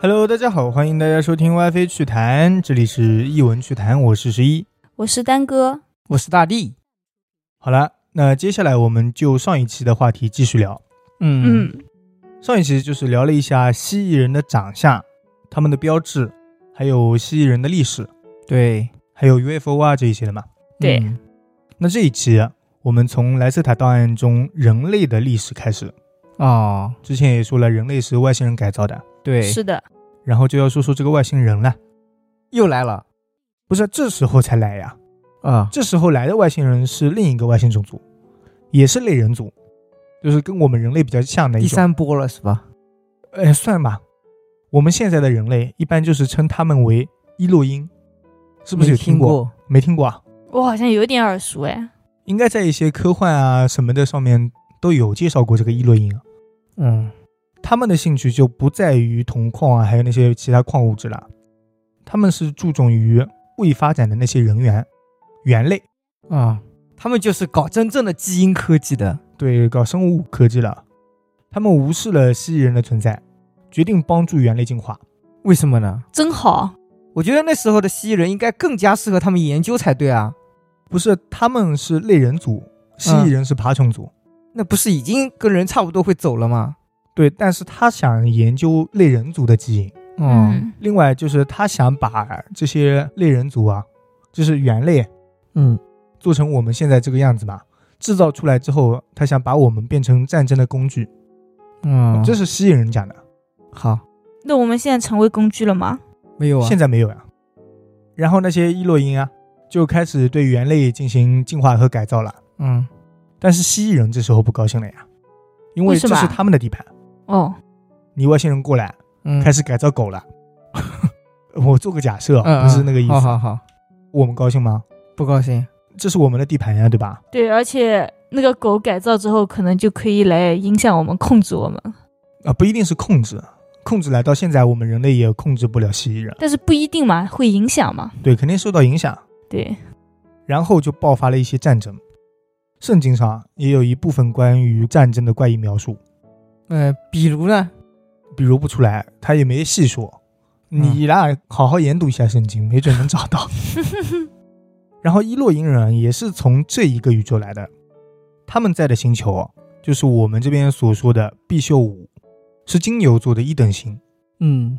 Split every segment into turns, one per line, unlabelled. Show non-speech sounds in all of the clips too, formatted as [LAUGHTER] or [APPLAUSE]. Hello，大家好，欢迎大家收听 WiFi 趣谈，这里是译文趣谈，我是十一，
我是丹哥，
我是大地。
好了，那接下来我们就上一期的话题继续聊。
嗯，
上一期就是聊了一下蜥蜴人的长相、他们的标志，还有蜥蜴人的历史，
对
还有 UFO 啊这一些的嘛。
对
嗯
那这一期啊我们从莱斯塔档案中人类的历史开始，
哦，
之前也说了，人类是外星人改造的，
对，
是的，
然后就要说说这个外星人了。
又来了
不是这时候才来呀、
啊！
这时候来的外星人是另一个外星种族，也是类人族，就是跟我们人类比较像的一
第
种。
三波了是吧？
哎，算吧，我们现在的人类一般就是称他们为伊洛因，是不是有
没听
过？没听？过啊？
我好像有点耳熟哎。
应该在一些科幻啊什么的上面都有介绍过这个伊洛因啊。
嗯，
他们的兴趣就不在于铜矿啊，还有那些其他矿物质了，他们是注重于未发展的那些人猿、猿类，
啊，他们就是搞真正的基因科技的。
对搞生物科技了。他们无视了蜥蜴人的存在，决定帮助猿类进化。
为什么呢？
真好，
我觉得那时候的蜥蜴人应该更加适合他们研究才对啊。
不是，他们是类人族，蜥
嗯
蜴人是爬虫族。
那不是已经跟人差不多会走了吗？
对，但是他想研究类人族的基因，
嗯，
另外就是他想把这些类人族啊，就是猿类，
嗯，
做成我们现在这个样子嘛。制造出来之后，他想把我们变成战争的工具，
嗯
这是蜥蜴人讲的，
好
那我们现在成为工具了吗？
没有啊？
现在没有呀、然后那些伊洛因啊，就开始对猿类进行进化和改造了。
嗯
但是蜥蜴人这时候不高兴了呀，因
为
为
什
这
么
是他们的地盘，
哦，
你外星人过来，
嗯，
开
始
始改造狗了。 [LAUGHS] 我做个假设，不是那个意思。
嗯好好好，
我们高兴吗？
不高兴。
这是我们的地盘呀，对吧？
对，而且那个狗改造之后，可能就可以来影响我们、控制我们，
啊，不一定是控制，控制来到现在，我们人类也控制不了蜥蜴人，
但是不一定嘛，会影响嘛。
对，肯定受到影响。
对，
然后就爆发了一些战争。圣经上也有一部分关于战争的怪异描述，
呃，比如呢？
比如不出来，他也没细说。
嗯
你啦，好好研读一下圣经，没准能找到。然后伊洛因人也是从这一个宇宙来的，他们在的星球就是我们这边所说的毕宿五，是金牛座的一等星。
嗯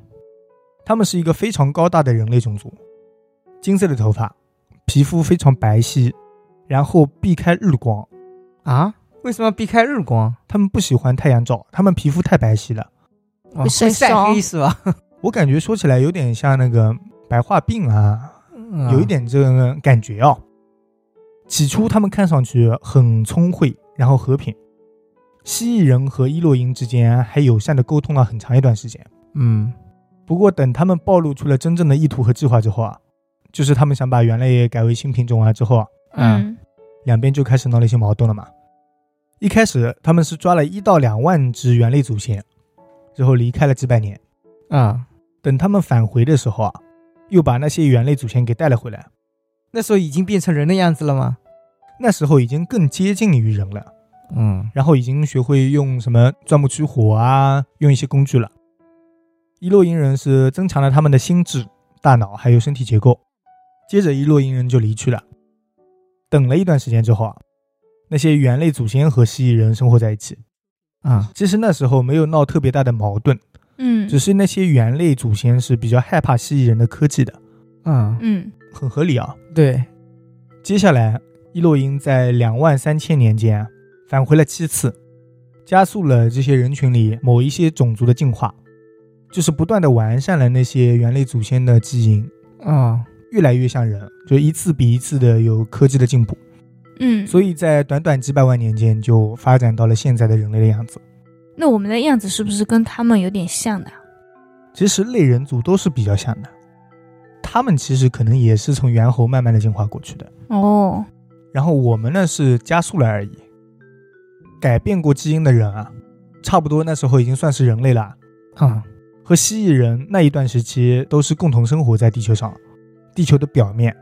他们是一个非常高大的人类种族，金色的头发，皮肤非常白皙，然后避开日光。
啊，为什么要避开日光？
他们不喜欢太阳照，他们皮肤太白皙了。
哦
会晒
会晒
伤
黑是吧？
我感觉说起来有点像那个白化病啊，
嗯
有一点这个感觉哦。起初他们看上去很聪慧，然后和平。蜥蜴人和伊洛因之间还友善的沟通了很长一段时间。
嗯
不过等他们暴露出了真正的意图和计划之后啊，就是他们想把猿类改为新品种啊之后啊，
嗯
两边就开始闹了一些矛盾了嘛。一开始他们是抓了一到两万只猿类祖先，之后离开了几百年。
啊，
等他们返回的时候啊，又把那些猿类祖先给带了回来。
那时候已经变成人的样子了吗？
那时候已经更接近于人了，
嗯
然后已经学会用什么钻木取火啊，用一些工具了。伊洛因人是增强了他们的心智、大脑还有身体结构。接着伊洛因人就离去了。等了一段时间之后啊，那些猿类祖先和蜥蜴人生活在一起。
啊，
其实那时候没有闹特别大的矛盾，
嗯
只是那些猿类祖先是比较害怕蜥蜴人的科技的，
嗯，
嗯
很合理啊。
对，
接下来，伊洛因在两万三千年间啊返回了七次，加速了这些人群里某一些种族的进化，就是不断的完善了那些猿类祖先的基因，
啊，
越来越像人，就一次比一次的有科技的进步，
嗯，
所以在短短几百万年间就发展到了现在的人类的样子。
那我们的样子是不是跟他们有点像的？啊
其实类人族都是比较像的，他们其实可能也是从猿猴慢慢的进化过去的。
哦，
然后我们呢是加速了而已。改变过基因的人啊，差不多那时候已经算是人类了，
啊，
和蜥蜴人那一段时期都是共同生活在地球上，地球的表面。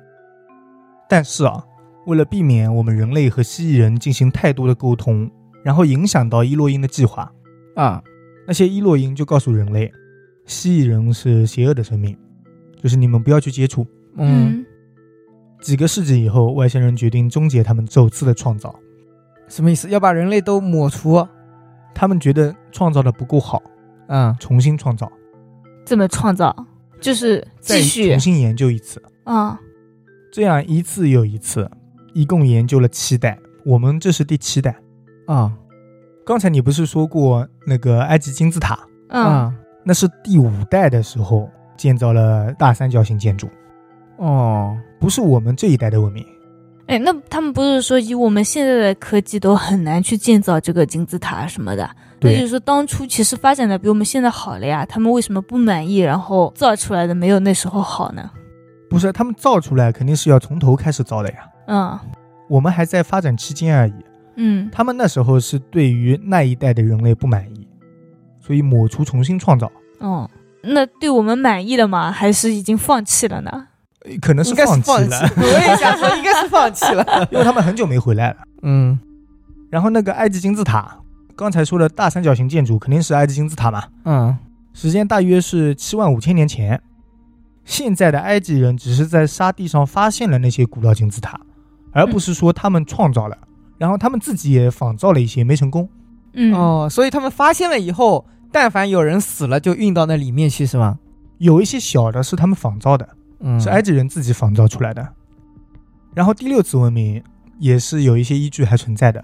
但是啊，为了避免我们人类和蜥蜴人进行太多的沟通，然后影响到伊洛因的计划，
啊，
那些伊洛因就告诉人类，蜥蜴人是邪恶的生命，就是你们不要去接触。
嗯，，
几个世纪以后，外星人决定终结他们首次的创造，
什么意思？要把人类都抹除？啊
他们觉得创造的不够好，
嗯，
重新创造，
这么创造就是
再
继续
重新研究一次，
啊，
这样一次又一次，一共研究了七代，我们这是第七代。
啊
刚才你不是说过那个埃及金字塔，
嗯，
啊
那是第五代的时候建造了大三角形建筑，
哦，
不是我们这一代的文明。
哎，那他们不是说以我们现在的科技都很难去建造这个金字塔什么的？那就
对
是说，当初其实发展的比我们现在好了呀，他们为什么不满意，然后造出来的没有那时候好呢？
不是他们造出来肯定是要从头开始造的呀，
嗯
我们还在发展期间而已。
嗯
他们那时候是对于那一代的人类不满意，所以抹除重新创造，
哦，那对我们满意了吗？还是已经放弃了呢？
呃可能是
应该是
放弃
放弃
了，
了。 [LAUGHS] 我也想说，应该是放弃了。
因为他们很久没回来了。
[LAUGHS] 嗯
然后那个埃及金字塔，刚才说的大三角形建筑肯定是埃及金字塔嘛，
嗯
时间大约是七万五千年前。现在的埃及人只是在沙地上发现了那些古老金字塔，而不是说他们创造了，然后他们自己也仿造了一些，没成功。
嗯，
哦，所以他们发现了以后，但凡有人死了，就运到那里面去，是吗？
有一些小的是他们仿造的，
嗯，
是埃及人自己仿造出来的。然后第六次文明也是有一些依据还存在的，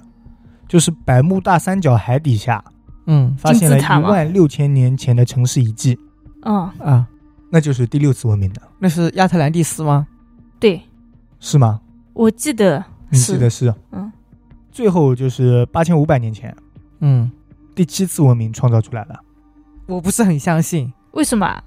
就是百慕大三角海底下
嗯
发现了
金字塔
一
吗
万六千年前的城市遗迹，
嗯，
啊，
那就是第六次文明的，
那是亚特兰蒂斯吗？
对，
是吗？
我记得
你记得是？啊
嗯。
最后就是八千五百年前，
嗯，
第七次文明创造出来了。
我不是很相信，
为什么啊？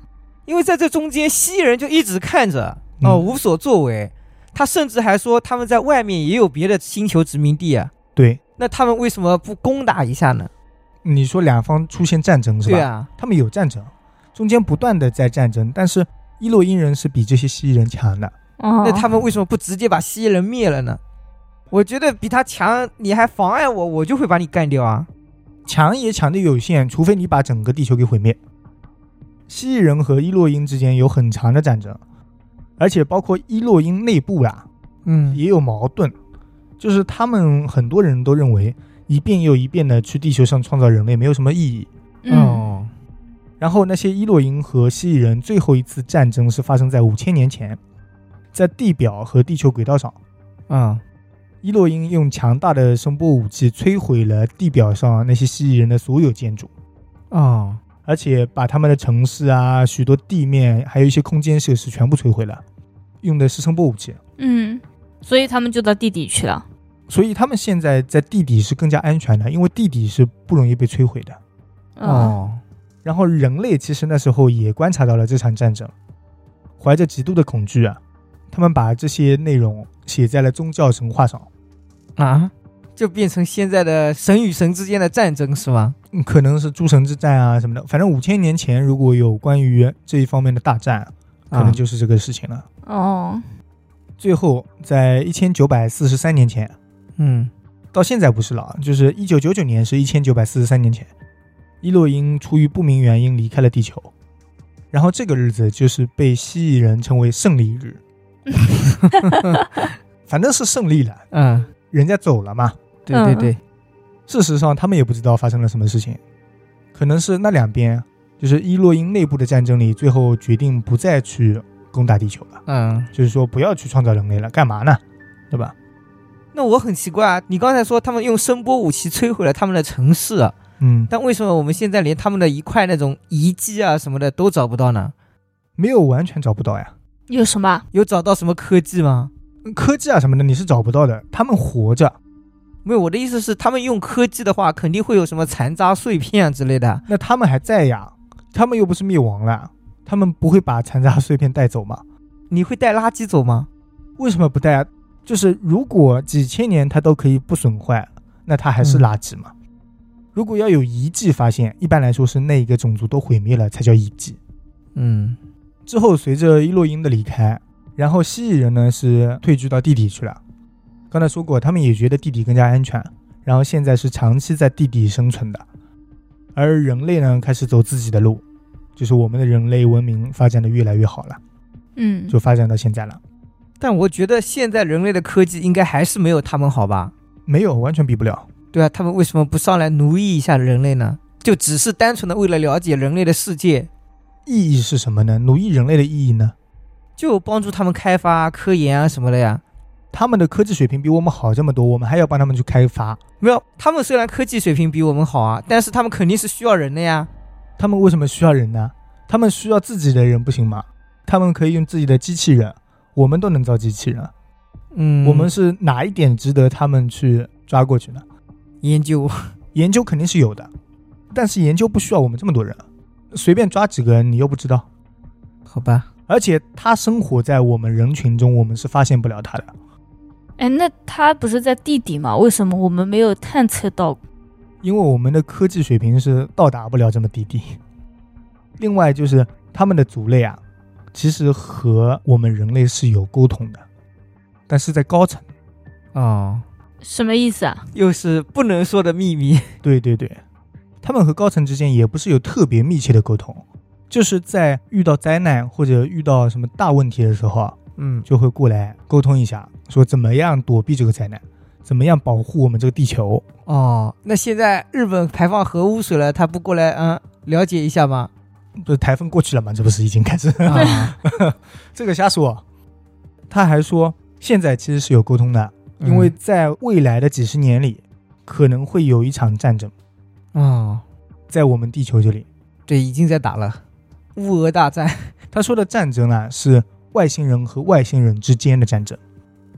因为在这中间，蜥蜴人就一直看着，
嗯
哦、无所作为。他甚至还说他们在外面也有别的星球殖民地啊，
对，
那他们为什么不攻打一下呢？
你说两方出现战争是吧？
对啊，
他们有战争，中间不断的在战争，但是伊洛因人是比这些蜥蜴人强的。
哦，
那他们为什么不直接把蜥蜴人灭了呢？我觉得比他强，你还妨碍我，我就会把你干掉啊！
强也强的有限，除非你把整个地球给毁灭。蜥蜴人和伊洛因之间有很长的战争，而且包括伊洛因内部啊
嗯，
也有矛盾，就是他们很多人都认为一遍又一遍的去地球上创造人类没有什么意义。
嗯，
哦，
然后那些伊洛因和蜥蜴人最后一次战争是发生在五千年前，在地表和地球轨道上，
嗯，
伊洛因用强大的声波武器摧毁了地表上那些蜥蜴人的所有建筑。
哦，
而且把他们的城市啊、许多地面，还有一些空间设施全部摧毁了，用的是声波武器，
嗯，所以他们就到地底去了。
所以他们现在在地底是更加安全的，因为地底是不容易被摧毁的。
嗯，
哦，
然后人类其实那时候也观察到了这场战争，怀着极度的恐惧啊，他们把这些内容写在了宗教神话上，
啊，就变成现在的神与神之间的战争是吗？
嗯可能是诸神之战啊什么的，反正五千年前如果有关于这一方面的大战，可能
啊
就是这个事情了。
哦，
最后在一千九百四十三年前。
嗯
到现在不是了啊，就是一九九九年，是一千九百四十三年前，伊洛因出于不明原因离开了地球，然后这个日子就是被蜥蜴人称为胜利日，反正是胜利了，
嗯，
人家走了嘛。
对对对，
事实上，他们也不知道发生了什么事情，可能是那两边就是伊洛因内部的战争里，最后决定不再去攻打地球了，
嗯，
就是说不要去创造人类了，干嘛呢？对吧？
那我很奇怪啊，你刚才说他们用声波武器摧毁了他们的城市啊，
嗯，
但为什么我们现在连他们的一块那种遗迹啊什么的都找不到呢？
没有完全找不到呀。
有什么？
有找到什么科技吗？
科技啊什么的，你是找不到的。他们活着，
没有，我的意思是，他们用科技的话，肯定会有什么残渣碎片啊之类的。
那他们还在呀，他们又不是灭亡了，他们不会把残渣碎片带走吗？
你会带垃圾走吗？
为什么不带啊？就是如果几千年它都可以不损坏，那它还是垃圾嘛？如果要有遗迹发现，一般来说是那一个种族都毁灭了才叫遗迹。
嗯
之后随着伊洛因的离开，然后蜥蜴人呢是退居到地底去了。刚才说过，他们也觉得地底更加安全，然后现在是长期在地底生存的，而人类呢开始走自己的路，就是我们的人类文明发展的越来越好了，
嗯，
就发展到现在了，
但我觉得现在人类的科技应该还是没有他们好吧？
没有完全比不了。
对啊，他们为什么不上来奴役一下人类呢？就只是单纯的为了了解人类的世界，
意义是什么呢？奴役人类的意义呢？
就帮助他们开发科研啊什么的呀。
他们的科技水平比我们好这么多，我们还要帮他们去开发，
没有，他们虽然科技水平比我们好啊，但是他们肯定是需要人的呀。
他们为什么需要人呢？他们需要自己的人不行吗？他们可以用自己的机器人，我们都能造机器人，
嗯，
我们是哪一点值得他们去抓过去呢？
研究，
研究肯定是有的，但是研究不需要我们这么多人，随便抓几个人你又不知道，
好吧？
而且他生活在我们人群中，我们是发现不了他的。
哎，那它不是在地底吗？为什么我们没有探测到？
因为我们的科技水平是到达不了这么低地。另外就是他们的族类啊，其实和我们人类是有沟通的，但是在高层。
哦，
什么意思啊？
又是不能说的秘密。
对对对，他们和高层之间也不是有特别密切的沟通，就是在遇到灾难或者遇到什么大问题的时候啊，
[LAUGHS] 嗯，
就会过来沟通一下，说怎么样躲避这个灾难，怎么样保护我们这个地球。
哦，那现在日本排放核污水了，他不过来嗯了解一下 [LAUGHS] 吗？
不是台风过去了吗？这不是已经开始？ [LAUGHS]
啊，
这个瞎说。他还说，现在其实是有沟通的，
嗯
因为在未来的几十年里，可能会有一场战争
嗯哦，
在我们地球这里。
对，已经在打了，乌俄大战
他说的战争啊，是外星人和外星人之间的战争，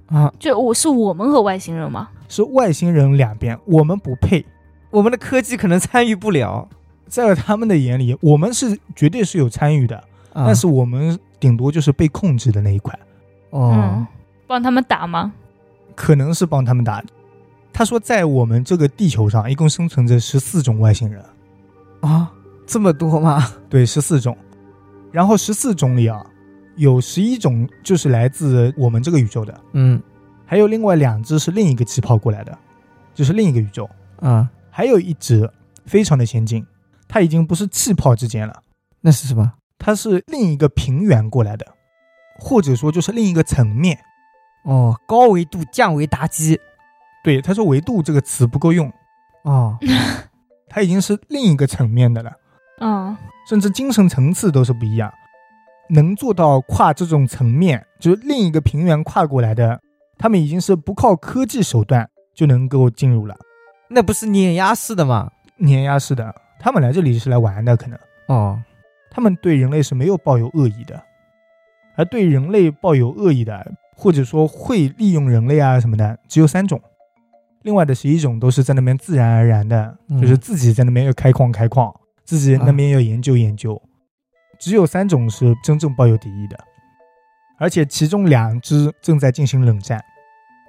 啊，
就我是我们和外星人吗？
是外星人两边，我们不配。
我们的科技可能参与不了，
在他们的眼里，我们是绝对是有参与的，
啊
但是我们顶多就是被控制的那一块，
哦
嗯，帮他们打吗？ [LAUGHS]
可能是帮他们打。他说，在我们这个地球上，一共生存着十四种外星人。
啊，这么多吗？ [LAUGHS]
对，十四种。然后十四种里啊，有十一种就是来自我们这个宇宙的，
嗯
还有另外两只是另一个气泡过来的，就是另一个宇宙。
啊，
还有一只非常的先进，它已经不是气泡之间了，
那是什么？
它是另一个平原过来的，或者说就是另一个层面。
哦，高维度降维打击
对，他说维度这个词不够用，
哦，
它已经是另一个层面的了，
嗯，
甚至精神层次都是不一样。能做到跨这种层面，就是另一个平原跨过来的，他们已经是不靠科技手段就能够进入了，
那不是碾压式的吗？
碾压式的。他们来这里是来玩的，可能
哦，
他们对人类是没有抱有恶意的，而对人类抱有恶意的，或者说会利用人类啊什么的，只有三种，另外的十一种都是在那边自然而然的，
嗯
就是自己在那边要开矿开矿，自己那边要研究研究，只有三种是真正抱有敌意的，而且其中两只正在进行冷战，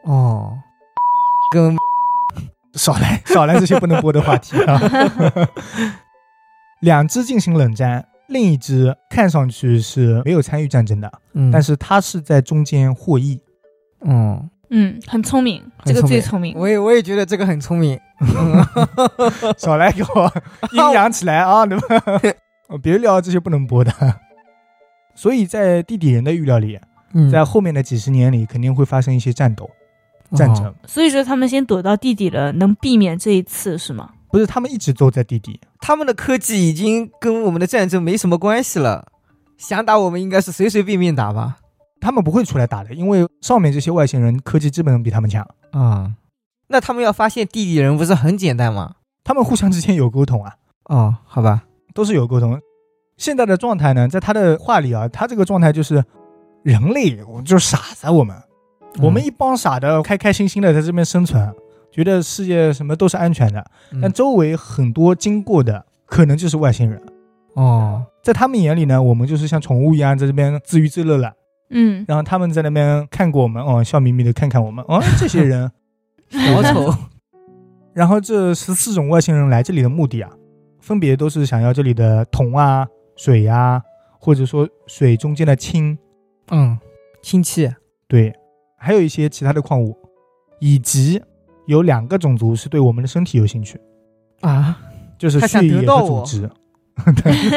哦，跟
少来 [LAUGHS] 少来这些不能播的话题 [LAUGHS] 啊，两只进行冷战。另一只看上去是没有参与战争的，
嗯
但是他是在中间获
[LAUGHS]
益。
嗯，
嗯，很聪明，
很
这个
聪
最
明
聪明。
我也我也觉得这个很聪明，
少来给
[LAUGHS]
我阴阳起来啊！你们哦别聊这些不能播的。 [LAUGHS] 所以在地底人的预料里，
嗯
在后面的几十年里，肯定会发生一些战斗、战争
哦。
所以说他们先躲到地底了，能避免这一次是吗？
不是他们一直都在地底，
他们的科技已经跟我们的战争没什么关系了，想打我们应该是随随便便打吧？
他们不会出来打的，因为上面这些外星人科技基本上比他们强，
啊、那他们要发现地底人不是很简单吗？
他们互相之间有沟通啊，
哦，好吧，
都是有沟通。现在的状态呢，在他的话里啊，他这个状态就是人类，我们就是傻子，我们。我们一帮傻的开开心心的在这边生存，觉得世界什么都是安全的，
嗯
但周围很多经过的可能就是外星人，
哦， [LAUGHS]
在他们眼里呢，我们就是像宠物一样在这边自娱自乐了。
嗯，
然后他们在那边看过我们，哦，笑眯眯的看看我们，哦，这些人。
小丑，
然后这十四种外星人来这里的目的啊，分别都是想要这里的铜啊、水呀、或者说水中间的氢，
嗯，亲戚，
对，还有一些其他的矿物，以及有两个种族是对我们的身体有兴趣。
[LAUGHS] 啊，
就是
他想
血液
得到
和组
[LAUGHS] 我
织。 [LAUGHS]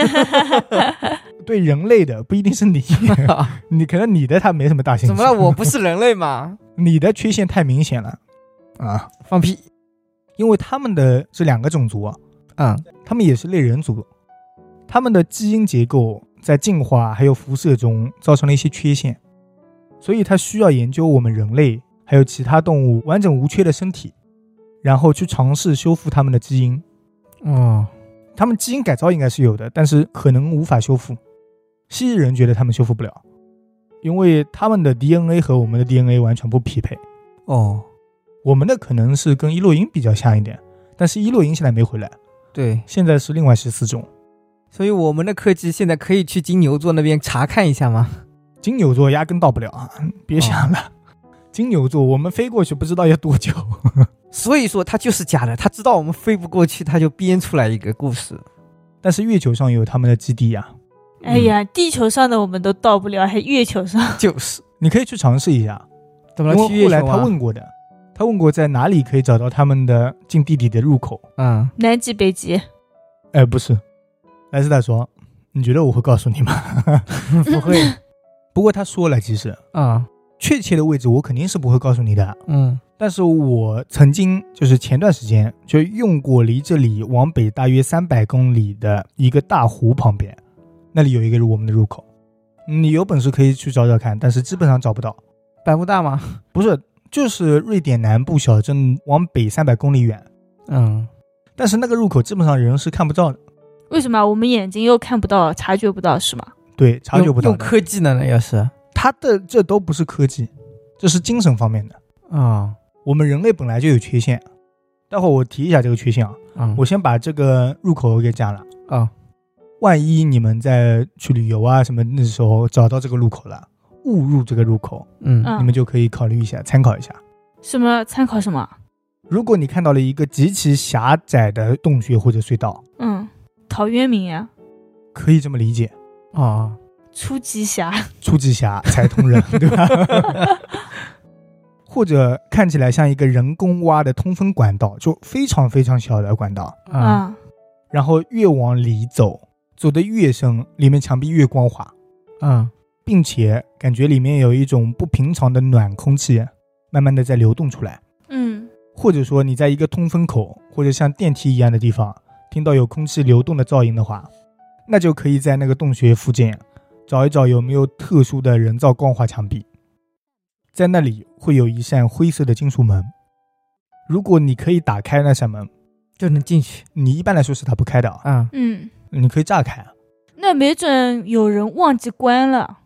对人类的不一定是
[LAUGHS]
你，你可能你的他没什么大兴趣。
怎么了？我不是人类吗？
你的缺陷太明显了啊！
放屁！
因为他们的这两个种族啊，
嗯，
他们也是类人族，他们的基因结构在进化还有辐射中造成了一些缺陷，所以它需要研究我们人类还有其他动物完整无缺的身体，然后去尝试修复它们的基因。
哦，
他们基因改造应该是有的，但是可能无法修复。蜥蜴人觉得他们修复不了，因为他们的 DNA 和我们的 DNA 完全不匹配。
哦，
我们的可能是跟伊洛因比较像一点，但是伊洛因现在没回来，
对，
现在是另外十四种。
所以我们的科技现在可以去金牛座那边查看一下吗？
金牛座压根到不了啊， [LAUGHS] 别想了。
哦
金牛座我们飞过去不知道要多久。 [LAUGHS]
所以说他就是假的，他知道我们飞不过去，他就编出来一个故事。
但是月球上有他们的基地啊呀、
哎呀，地球上的我们都到不了，还月球上。
就是
你可以去尝试一下。
怎么
因
了？去
为
月
后来
球啊
他
吗？
问过的，他问过在哪里可以找到他们的近地底的入口。
嗯，
南极、北极，
哎，不是，莱斯坦说：“你觉得我会告诉你吗？”
不会
[LAUGHS] 不过他说了，其实
啊，
确切的位置我肯定是不会告诉你的。
嗯
但是我曾经就是前段时间就用过离这里往北大约三百公里的一个大湖旁边，那里有一个我们的入口。嗯你有本事可以去找找看，但是基本上找不到。
百慕大吗？
不是，就是瑞典南部小镇往北三百公里远，
嗯，
但是那个入口基本上人是看不到的，
[LAUGHS] 为什么啊我们眼睛又看不到、察觉不到是吗？
对，察觉不到
用
的。
科技呢？那要是啊、
他的这都不是科技，这是精神方面的。
嗯
我们人类本来就有缺陷，待会儿我提一下这个缺陷啊。
嗯，
我先把这个入口给讲了，
啊、
万一你们在去旅游啊什么那时候找到这个入口了，误入这个入口，
嗯
嗯
你们就可以考虑一下，参考一下。
什么参考什么？
如果你看到了一个极其狭窄的洞穴或者隧道，
嗯，陶渊明呀、
可以这么理解，
啊
初极侠，
初级侠才通人，对吧？或者看起来像一个人工挖的通风管道，就非常非常小的管道，
嗯
啊
然后越往里走，走得越深，里面墙壁越光滑，
啊
并且感觉里面有一种不平常的暖空气，慢慢的在流动出来。
嗯
或者说你在一个通风口或者像电梯一样的地方，听到有空气流动的噪音的话，那就可以在那个洞穴附近找一找有没有特殊的人造光滑墙壁，在那里会有一扇灰色的金属门。如果你可以打开那扇门，
就能进去
你一般来说是打不开的啊，
啊
嗯，
你可以炸开。
那没准有人忘记关了，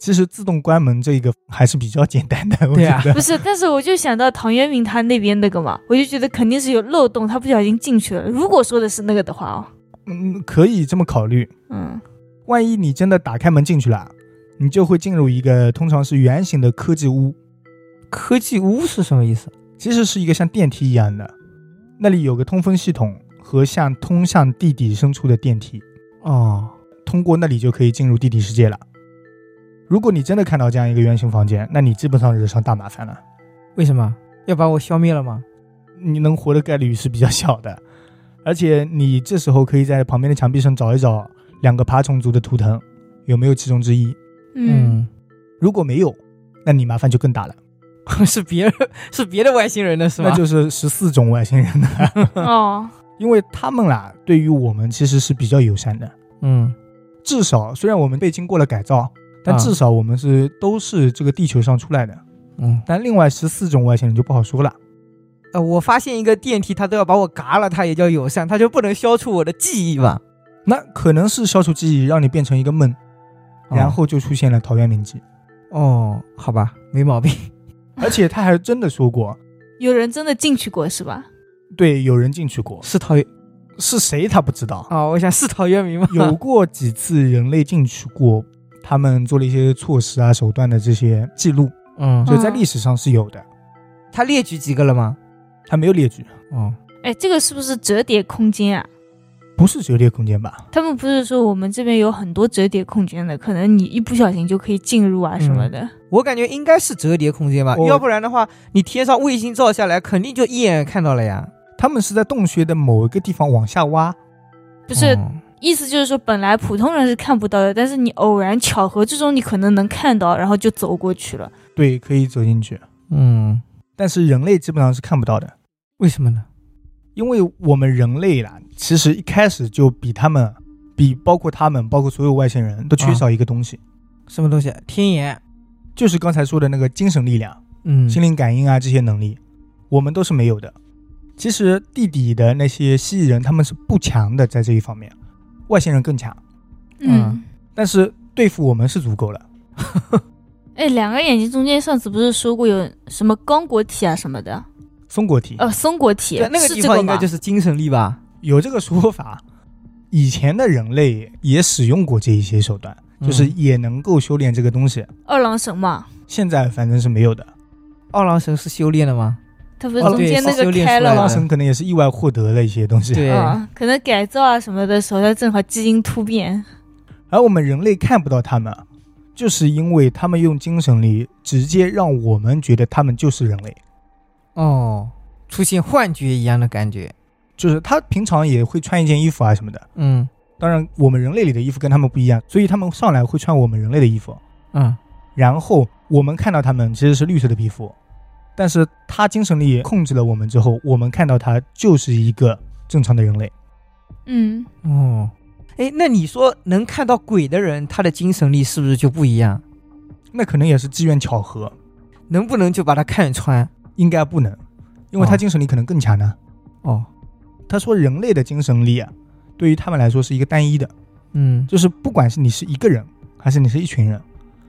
其实自动关门这个还是比较简单的，我
对啊
觉得。
不是？但是我就想到陶渊明他那边那个嘛，我就觉得肯定是有漏洞，他不小心进去了。如果说的是那个的话哦，
嗯，可以这么考虑。
嗯
万一你真的打开门进去了，你就会进入一个通常是圆形的科技屋，
科技屋是什么意思？
其实是一个像电梯一样的，那里有个通风系统和像通向地底深处的电梯，
哦，
通过那里就可以进入地底世界了。如果你真的看到这样一个圆形房间，那你基本上惹上大麻烦了，
为什么要把我消灭了吗？
你能活的概率是比较小的。 [LAUGHS] 而且你这时候可以在旁边的墙壁上找一找两个爬虫族的图腾，有没有其中之一？
嗯，
如果没有，那你麻烦就更大了，
嗯， [LAUGHS] 是别人是别的外星人的是吧？
那就是十四种外星人 [LAUGHS] 了，
哦，
因为他们啦，对于我们其实是比较友善的。
嗯
至少虽然我们被经过了改造，但
啊
至少我们是、都是这个地球上出来的。
嗯，
但另外十四种外星人就不好说了。
呃，我发现一个电梯，它都要把我嘎了，它也叫友善，它就不能消除我的记忆吧？
那可能是消除记忆，让你变成一个梦，
啊
然后就出现了陶渊明记，
哦，好吧，没毛病。
而且他还真的说过，
有人真的进去过是吧？
对，有人进去过，
是陶渊
是谁他不知道，
[LAUGHS] 啊、我想是陶渊明吗？
有过几次人类进去过，他们做了一些措施啊、手段的这些记录，
嗯，
所以在
嗯
历史上是有的，
他列举几个了吗？
他没有列举，
哦，
哎，这个是不是折叠空间啊？
不是折叠空间吧？
他们不是说我们这边有很多折叠空间的，可能你一不小心就可以进入啊什么的。
我感觉应该是折叠空间吧，
我
要不然的话，你天上卫星照下来，肯定就一眼看到了呀。
他们是在洞穴的某一个地方往下挖，
不是
嗯
意思就是说，本来普通人是看不到的，但是你偶然巧合之中，你可能能看到，然后就走过去了。
对，可以走进去，
嗯，
但是人类基本上是看不到的，
为什么呢？
因为我们人类啦，其实一开始就比他们，比包括他们，包括所有外星人都缺少一个东西，
什么东西？啊天眼，
就是刚才说的那个精神力量、
嗯
心灵感应啊这些能力，我们都是没有的。其实地底的那些蜥蜴人他们是不强的，在这一方面，外星人更强，
嗯，
但是对付我们是足够了。
哎，两个眼睛中间，上次不是说过有什么刚果体啊什么的？
松果体
呃，松果体
嗯对，那
是
地
这
方
个
应该
吗？
就是精神力吧？
有这个说法，以前的人类也使用过这一些手段，就是
嗯
也能够修炼这个东西。
二郎神嘛，
现在反正是没有的。
二郎神是修炼的吗？
它不是
哦
中
对
间那
是修
个
炼
开
出
了
来
二
的
郎
吗？
神可能也是意外获得了一些东西，
对
啊，可能改造啊什么的时候，它正好基因突变。
而我们人类看不到他们，就是因为他们用精神力直接让我们觉得他们就是人类，
哦，出现幻觉一样的感觉。
就是他平常也会穿一件衣服啊什么的。
嗯
当然，我们人类里的衣服跟他们不一样，所以他们上来会穿我们人类的衣服。
嗯，
然后我们看到他们其实是绿色的皮肤，但是他精神力控制了我们之后，我们看到他就是一个正常的人类。
嗯，
哦，哎，那你说能看到鬼的人，他的精神力是不是就不一样？
那可能也是机缘巧合，
能不能就把他看穿？
应该不能，因为他
哦
精神力可能更强呢。
哦，
他说人类的精神力啊，对于他们来说是一个单一的，
嗯，
就是不管是你是一个人还是你是一群人，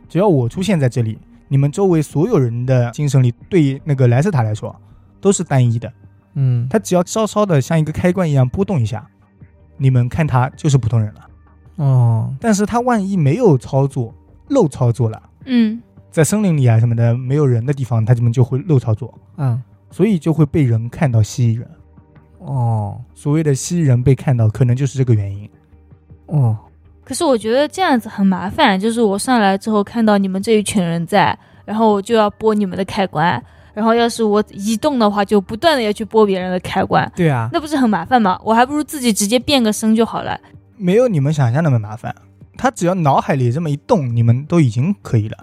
只要我出现在这里，你们周围所有人的精神力对于那个莱斯塔来说都是单一的，
嗯，
他只要稍稍的像一个开关一样波动一下，你们看他就是普通人了。
哦，
但是他万一没有操作，漏操作了，
嗯，
在森林里啊什么的没有人的地方，他们就会漏操作，
嗯，
所以就会被人看到蜥蜴人。
哦，
所谓的蜥蜴人被看到，可能就是这个原因。
哦，
可是我觉得这样子很麻烦，就是我上来之后看到你们这一群人在，然后我就要拨你们的开关，然后要是我移动的话，就不断的要去拨别人的开关，
对啊，
那不是很麻烦吗？我还不如自己直接变个身就好了。
没有你们想象那么麻烦，他只要脑海里这么一动，你们都已经可以了，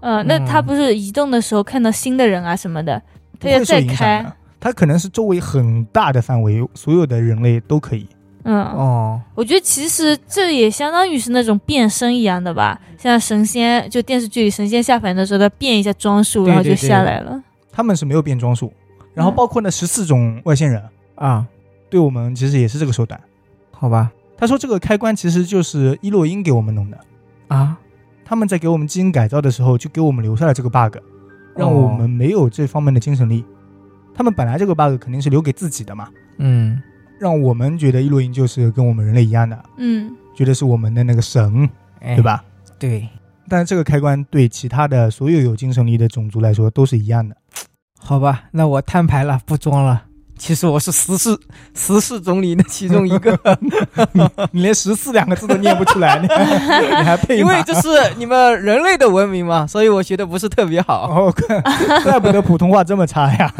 呃，那
嗯
他不是移动的时候看到新的人啊什么的，
不
他要
会受
再
影响
开
的。。他可能是周围很大的范围，所有的人类都可以。
嗯，
哦，
我觉得其实这也相当于是那种变身一样的吧，像神仙就电视剧里神仙下凡的时候，他变一下装束，
对
然后就
对对
下来了。
他们是没有变装术，然后包括那十四种外星人，
啊，
对我们其实也是这个手段。
好吧，
他说这个开关其实就是伊洛因给我们弄的，
啊，
他们在给我们基因改造的时候就给我们留下了这个 bug，让我们没有这方面的精神力。他们本来这个 bug 肯定是留给自己的嘛，
嗯，
让我们觉得伊洛因就是跟我们人类一样的，
嗯，
觉得是我们的那个神，
哎
对？吧？
对，
但这个开关对其他的所有有精神力的种族来说都是一样的。 [LAUGHS]
好吧，那我摊牌了，不装了。其实我是十四十四总理的其中
[LAUGHS]
一个，
你连“十四”两个字都念不出来，你还
[LAUGHS]
你还配
因为
吗？
这是你们人类的文明嘛，所以我学的不是特别好。
哦，怪怪不得普通话这么差
[LAUGHS]
呀！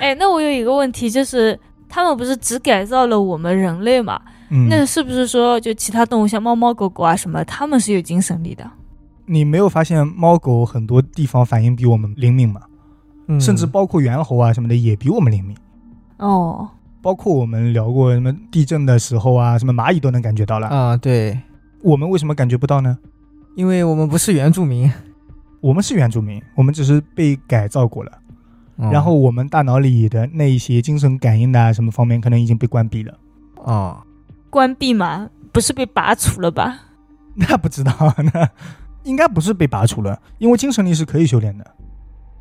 哎，那我有一个问题，就是他们不是只改造了我们人类嘛？
嗯，
那是不是说就其他动物，像猫猫狗狗啊什么，它们是有精神力的？
你没有发现猫狗很多地方反应比我们灵敏吗？
嗯
甚至包括猿猴啊什么的也比我们灵敏。
哦，
包括我们聊过什么地震的时候啊，什么蚂蚁都能感觉到了，
啊、对，
我们为什么感觉不到呢？
因为我们不是原住民。
我们是原住民，我们只是被改造过了，
嗯
然后我们大脑里的那一些精神感应的啊什么方面，可能已经被关闭了。 [LAUGHS]
哦，
关闭嘛，不是被拔除了吧？
那不知道，那应该不是被拔除了，因为精神力是可以修炼的。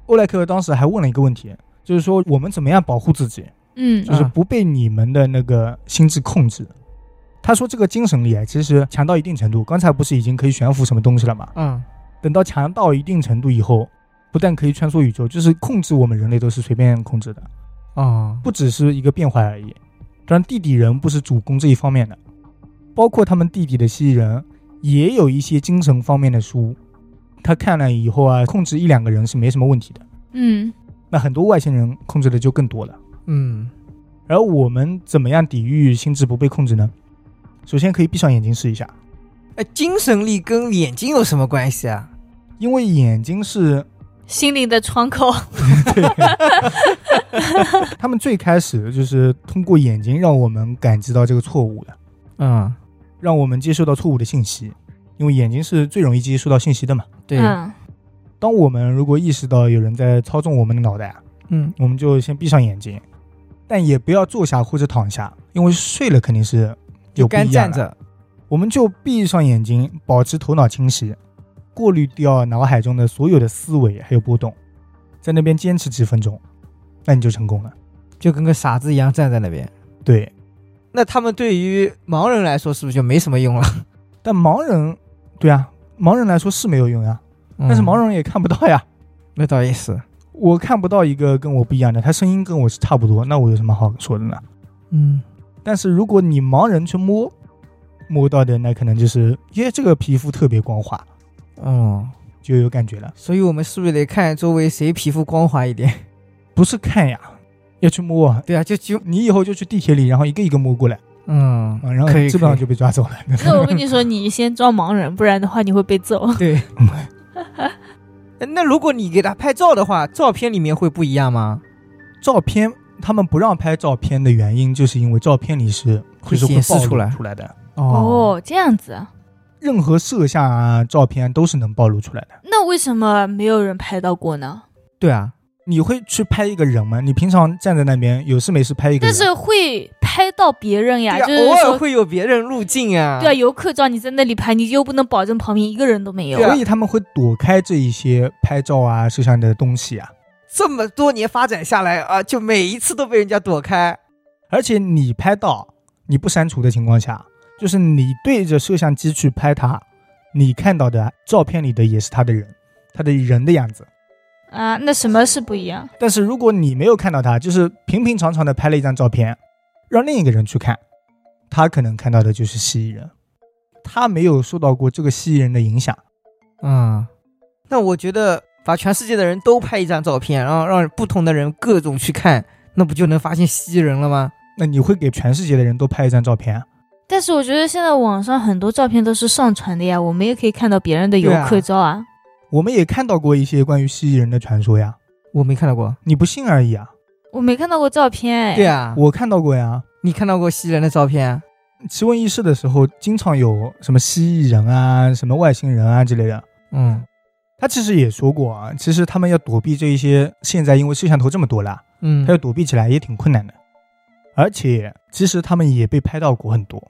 欧莱克当时还问了一个问题，就是说我们怎么样保护自己？
嗯
就是
啊
不被你们的那个心智控制。他说这个精神力啊，其实强到一定程度，刚才不是已经可以悬浮什么东西了吗？
嗯，
等到强到一定程度以后，不但可以穿梭宇宙，就是控制我们人类都是随便控制的，
哦，
不只是一个变坏而已。当然，地底人不是主攻这一方面的，包括他们地底的蜥蜴人也有一些精神方面的书，他看了以后啊，控制一两个人是没什么问题的。
嗯，
那很多外星人控制的就更多了。
嗯，
而我们怎么样抵御心智不被控制呢？首先可以闭上眼睛试一下，
哎，精神力跟眼睛有什么关系啊？
因为眼睛是
心灵的窗口，
他们最开始就是通过眼睛让我们感知到这个错误的，
嗯，
让我们接受到错误的信息，因为眼睛是最容易接收到信息的嘛。
对，
嗯，
当我们如果意识到有人在操纵我们的脑袋啊，
嗯
我们就先闭上眼睛，但也不要坐下或者躺下，因为睡了肯定是有
就
不一
干
样
站
的。
着，
我们就闭上眼睛，保持头脑清晰，过滤掉脑海中的所有的思维还有波动，在那边坚持几分钟，那你就成功了。
就跟个傻子一样站在那边。
对，
那他们对于盲人来说是不是就没什么 [LAUGHS] 用了？
但盲人，对啊，盲人来说是没有用呀、但是盲
人
人也看不到呀。
那倒也是，
我看不到一个跟我不一样的，他声音跟我是差不多，那我有什么好说的呢？
嗯，
但是如果你盲人去摸，摸到的那可能就是，耶，这个皮肤特别光滑，
哦，
就有感觉了。
所以我们是不是得看周围谁皮肤光滑一点？ [LAUGHS]
不是看呀，要去摸啊。
对啊，就就
你以后就去地铁里，然后一个一个摸过来，
嗯
啊，然后
可以
基本上
可
就被抓走了。
[LAUGHS]
那我跟你说，你先装盲人，不然的话你会被揍。
以对。哎那如果你给他拍照的话，照片里面会不一样吗？
照片他们不让拍照片的原因，就是因为照片里是
会
就是会
显
暴
示
露
出来
出来的，
哦，这样子啊，
任何摄像啊、照片都是能暴露出来的。
那为什么没有人拍到过呢？
对啊，
你会去拍一个人吗？你平常站在那边有事没事拍一个
但
人，
是会拍到别人呀，
对啊，
就
偶
是
尔
说，
会有别人入境啊。
对啊，游客叫你在那里拍，你又不能保证旁边一个人都没有。
对啊
所以他们会躲开这一些拍照啊、摄像的东西啊。
这么多年发展下来啊，就每一次都被人家躲开。
而且你拍到你不删除的情况下，就是你对着摄像机去拍他，你看到的照片里的也是他的人，他的人的样子。
啊，那什么是不一样？
但是如果你没有看到他，就是平平常常的拍了一张照片，让另一个人去看，他可能看到的就是蜥蜴人，他没有受到过这个蜥蜴人的影响。
嗯，那我觉得把全世界的人都拍一张照片，然后让不同的人各种去看，那不就能发现蜥蜴人了吗？
那你会给全世界的人都拍一张照片啊？
但是我觉得现在网上很多照片都是上传的呀，我们也可以看到别人的游客照啊。
我们也看到过一些关于蜥蜴人的传说呀，
我没看到过。
你不信而已啊。
我没看到过照片哎。
对啊，
我看到过呀，
你看到过蜥蜴人的照片？啊
奇闻异事的时候，经常有什么蜥蜴人啊、什么外星人啊之类的。
嗯
他其实也说过啊，其实他们要躲避这一些，现在因为摄像头这么多了，
嗯
他要躲避起来也挺困难的。而且，其实他们也被拍到过很多，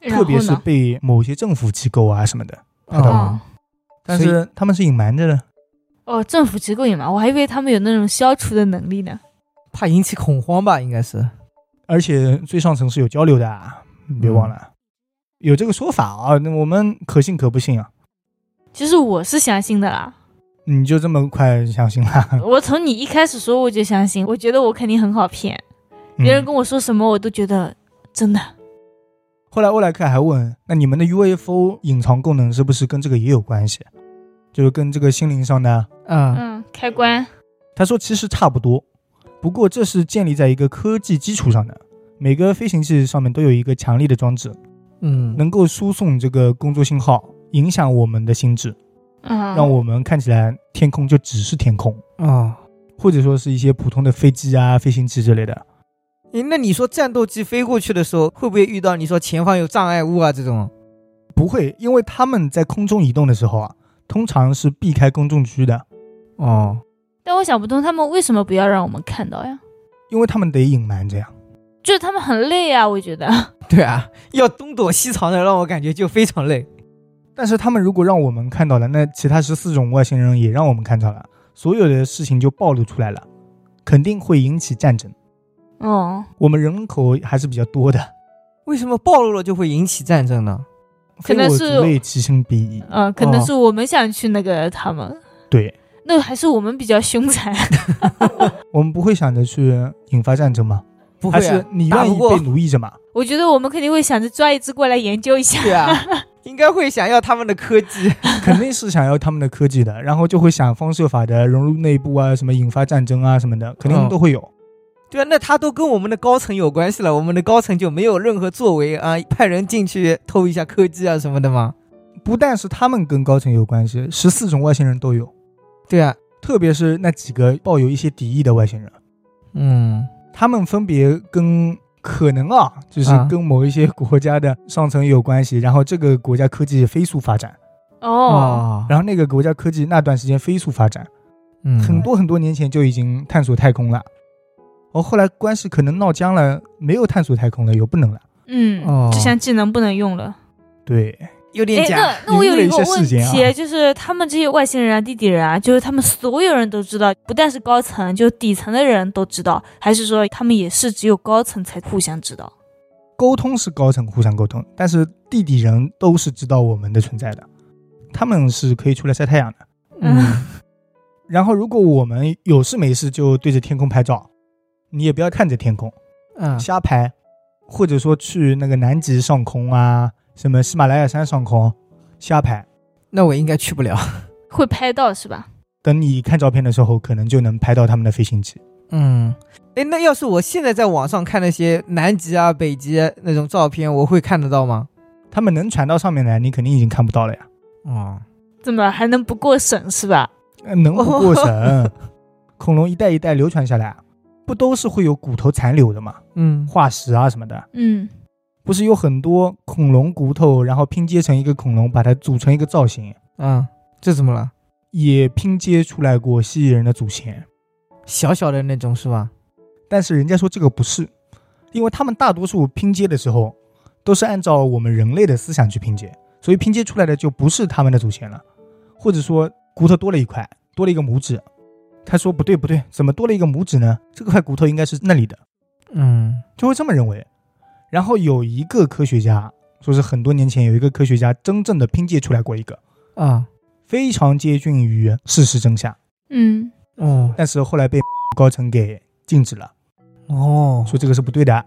然后
特
呢
别是被某些政府机构啊什么的，
看
到
哦
但
所
是他们是隐瞒着的。
哦，政府机构也嘛，我还以为他们有那种消除的能力呢。
怕引起恐慌吧，应该是。
而且最上层是有交流的，啊，
嗯
你别忘了、有这个说法啊。那我们可信可不信啊？
其实我是相信的啦，
你就这么快相信
[LAUGHS]
了？
我从你一开始说我就相信，我觉得我肯定很好骗，
嗯
别人跟我说什么我都觉得真的。
后来欧莱克还问，那你们的 UFO 隐藏功能是不是跟这个也有关系？就是跟这个心灵上的？啊
嗯
嗯，开关。
他说其实差不多，不过这是建立在一个科技基础上的。每个飞行器上面都有一个强力的装置，
嗯，
能够输送这个工作信号，影响我们的心智，
嗯，
让我们看起来天空就只是天空，
哦。
或者说是一些普通的飞机啊、飞行器之类的。
诶，那你说战斗机飞过去的时候，会不会遇到你说前方有障碍物啊这种？
不会，因为他们在空中移动的时候啊，通常是避开公众区的，
哦，
但我想不通他们为什么不要让我们看到呀？
因为他们得隐瞒着呀。
就是他们很累啊，我觉得。 [LAUGHS]
对啊，要东躲西藏的，让我感觉就非常累。
但是他们如果让我们看到了，那其他十四种外星人也让我们看到了，所有的事情就暴露出来了，肯定会引起战争。
哦、
我们人口还是比较多的，
为什么暴露了就会引起战争呢？
可能是
非我族类，其心必异。
嗯，可能
哦
是我们想去那个他们，
对
那还是我们比较凶残。 [LAUGHS]
我们不会想着去引发战争吗？
不会、
还
啊，
是你
打
愿
不
意
过
被奴役着吗？
我觉得我们肯定会想着抓一只过来研究一下。
对啊， [LAUGHS] 应该会想要他们的科技。 [LAUGHS]
肯定是想要他们的科技的，然后就会想方设法的融入内部啊，什么引发战争啊什么的，肯定
嗯
都会有。
对啊，那他都跟我们的高层有关系了，我们的高层就没有任何作为啊，派人进去偷一下科技啊什么的吗？
不但是他们跟高层有关系，十四种外星人都有，
对啊，
特别是那几个抱有一些敌意的外星人，
嗯，
他们分别跟可能啊，就是
啊
跟某一些国家的上层有关系，然后这个国家科技飞速发
啊
展，
哦，
然后那个国家科技那段时间飞速发展，
嗯，
很多很多年前就已经探索太空了。哦，后来关系可能闹僵了，没有探索太空了，有不能了。
嗯，
哦
这项技能不能用了。
对，
有点
哎，
假，
那那我有
引
一
入
个
了一些
问
事件啊
题，就是他们这些外星人啊、地底人啊，就是他们所有人都知道，不但是高层，就底层的人都知道，还是说他们也是只有高层才互相知道？
沟通是高层互相沟通，但是地底人都是知道我们的存在的，他们是可以出来晒太阳的。
嗯，
然后，如果我们有事没事就对着天空拍照，你也不要看着天空
嗯，
瞎拍，或者说去那个南极上空啊，什么喜马拉雅山上空啊瞎拍。
那我应该去不了，
[LAUGHS] 会拍到是吧？
等你看照片的时候，可能就能拍到他们的飞行器。
嗯，哎，那要是我现在在网上看那些南极啊、北极啊那种照片，我会看得到吗？
他们能传到上面来，你肯定已经看不到了呀。
哦，
怎么还能不过审是吧？
呃能不过审？恐龙一代一代流传下来，啊不都是会有骨头残留的吗？
嗯，
化石啊什么的。
嗯，
不是有很多恐龙骨头，然后拼接成一个恐龙，把它组成一个造型，
啊，这怎么了？
也拼接出来过蜥蜴人的祖先。
小小的那种是吧？
但是人家说这个不是，因为他们大多数拼接的时候都是按照我们人类的思想去拼接，所以拼接出来的就不是他们的祖先了，或者说骨头多了一块，多了一个拇指。他说不对不对，怎么多了一个拇指呢？这块骨头应该是那里的，
嗯，
就会这么认为。然后有一个科学家说是很多年前有一个科学家真正的拼接出来过一个。
啊，
非常接近于事实真相，
嗯，
哦，
但是后来被高层给禁止了，
哦，
说这个是不对的。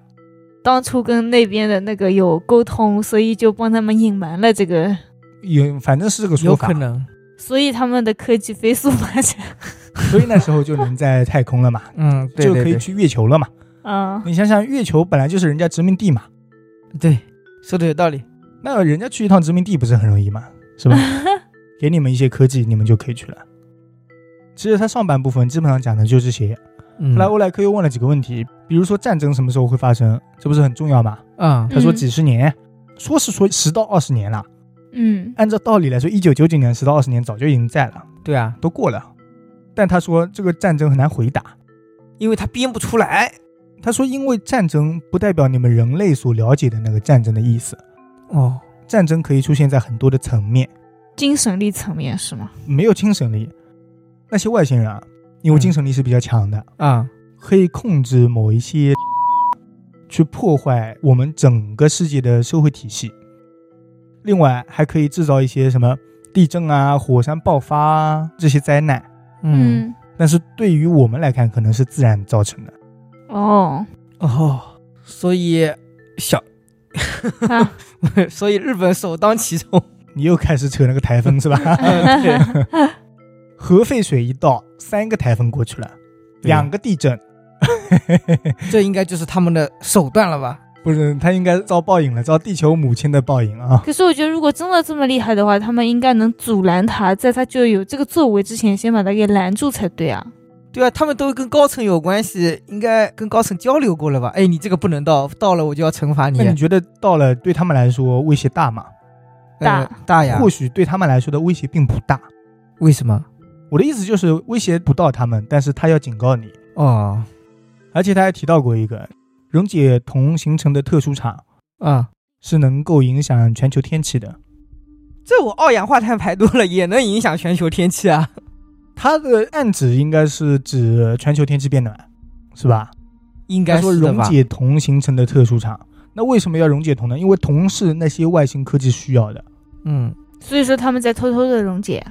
当初跟那边的那个有沟通，所以就帮他们隐瞒了这个，
也反正是这个说
有
法
可，能，
所以他们的科技飞速发展。
所以那时候就能在太空了嘛，
嗯， [LAUGHS] 对
就
对
可以
对
去月球了嘛。
嗯，
你想想，月球本来就是人家殖民地嘛，
对，说的有道理。
那人家去一趟殖民地不是很容易嘛，是吧？给你们一些科技，你们就可以去了。其实它上半部分基本上讲的就是这些。
嗯
后来欧莱克又问了几个问题，比如说战争什么时候会发生，这不是很重要吗？
啊，
他说
嗯
几十年，说是说十到二十年了。
[LAUGHS] 嗯，
按照道理来说，一九九九年十到二十年早就已经在了，
对啊，
都过了。但他说这个战争很难回答。
因为他编不出来。
他说，因为战争不代表你们人类所了解的那个战争的意思，
哦，
战争可以出现在很多的层面，
精神力层面是吗？
没有精神力。那些外星人啊，因为精神力是比较强的，
啊，
可以控制某一些 [LAUGHS] 去破坏我们整个世界的社会体系。另外，还可以制造一些什么地震啊、火山爆发啊这些灾难。
嗯，
但是对于我们来看，可能是自然造成的。
嗯，哦，
哦，所以小，
啊
[LAUGHS] 所以日本首当其
[LAUGHS]
冲。
你又开始扯那个台风是吧？
对
核废水一到，三个台风过去了，
对
两个地震，
这应该就是他们的手段了吧？
不是它应该遭报应了，遭地球母亲的报应啊！
可是我觉得，如果真的这么厉害的话，他们应该能阻拦他，在他就有这个作为之前，先把他给拦住才对啊。
对啊，他们都跟高层有关系，应该跟高层交流过了吧？哎，你这个不能到，到了我就要惩罚你
那。你觉得到了对他们来说威胁大吗？
呃
大
大呀
或？许对他们来说的威胁并不大。
为什么？
我的意思就是威胁不到他们，但是他要警告你。
哦，
而且他还提到过一个，溶解铜形成的特殊场
啊，
是能够影响全球天气的。
这我二氧化碳排多了也能影响全球天气
[LAUGHS]
啊。
它的暗指应该是指全球天气变暖，是吧？
应
他
该
说
是的
溶
吧？
解铜形成的特殊场。那为什么要溶解铜呢？因为铜是那些外星科技需要的，
嗯，
所以说他们在偷偷的溶解。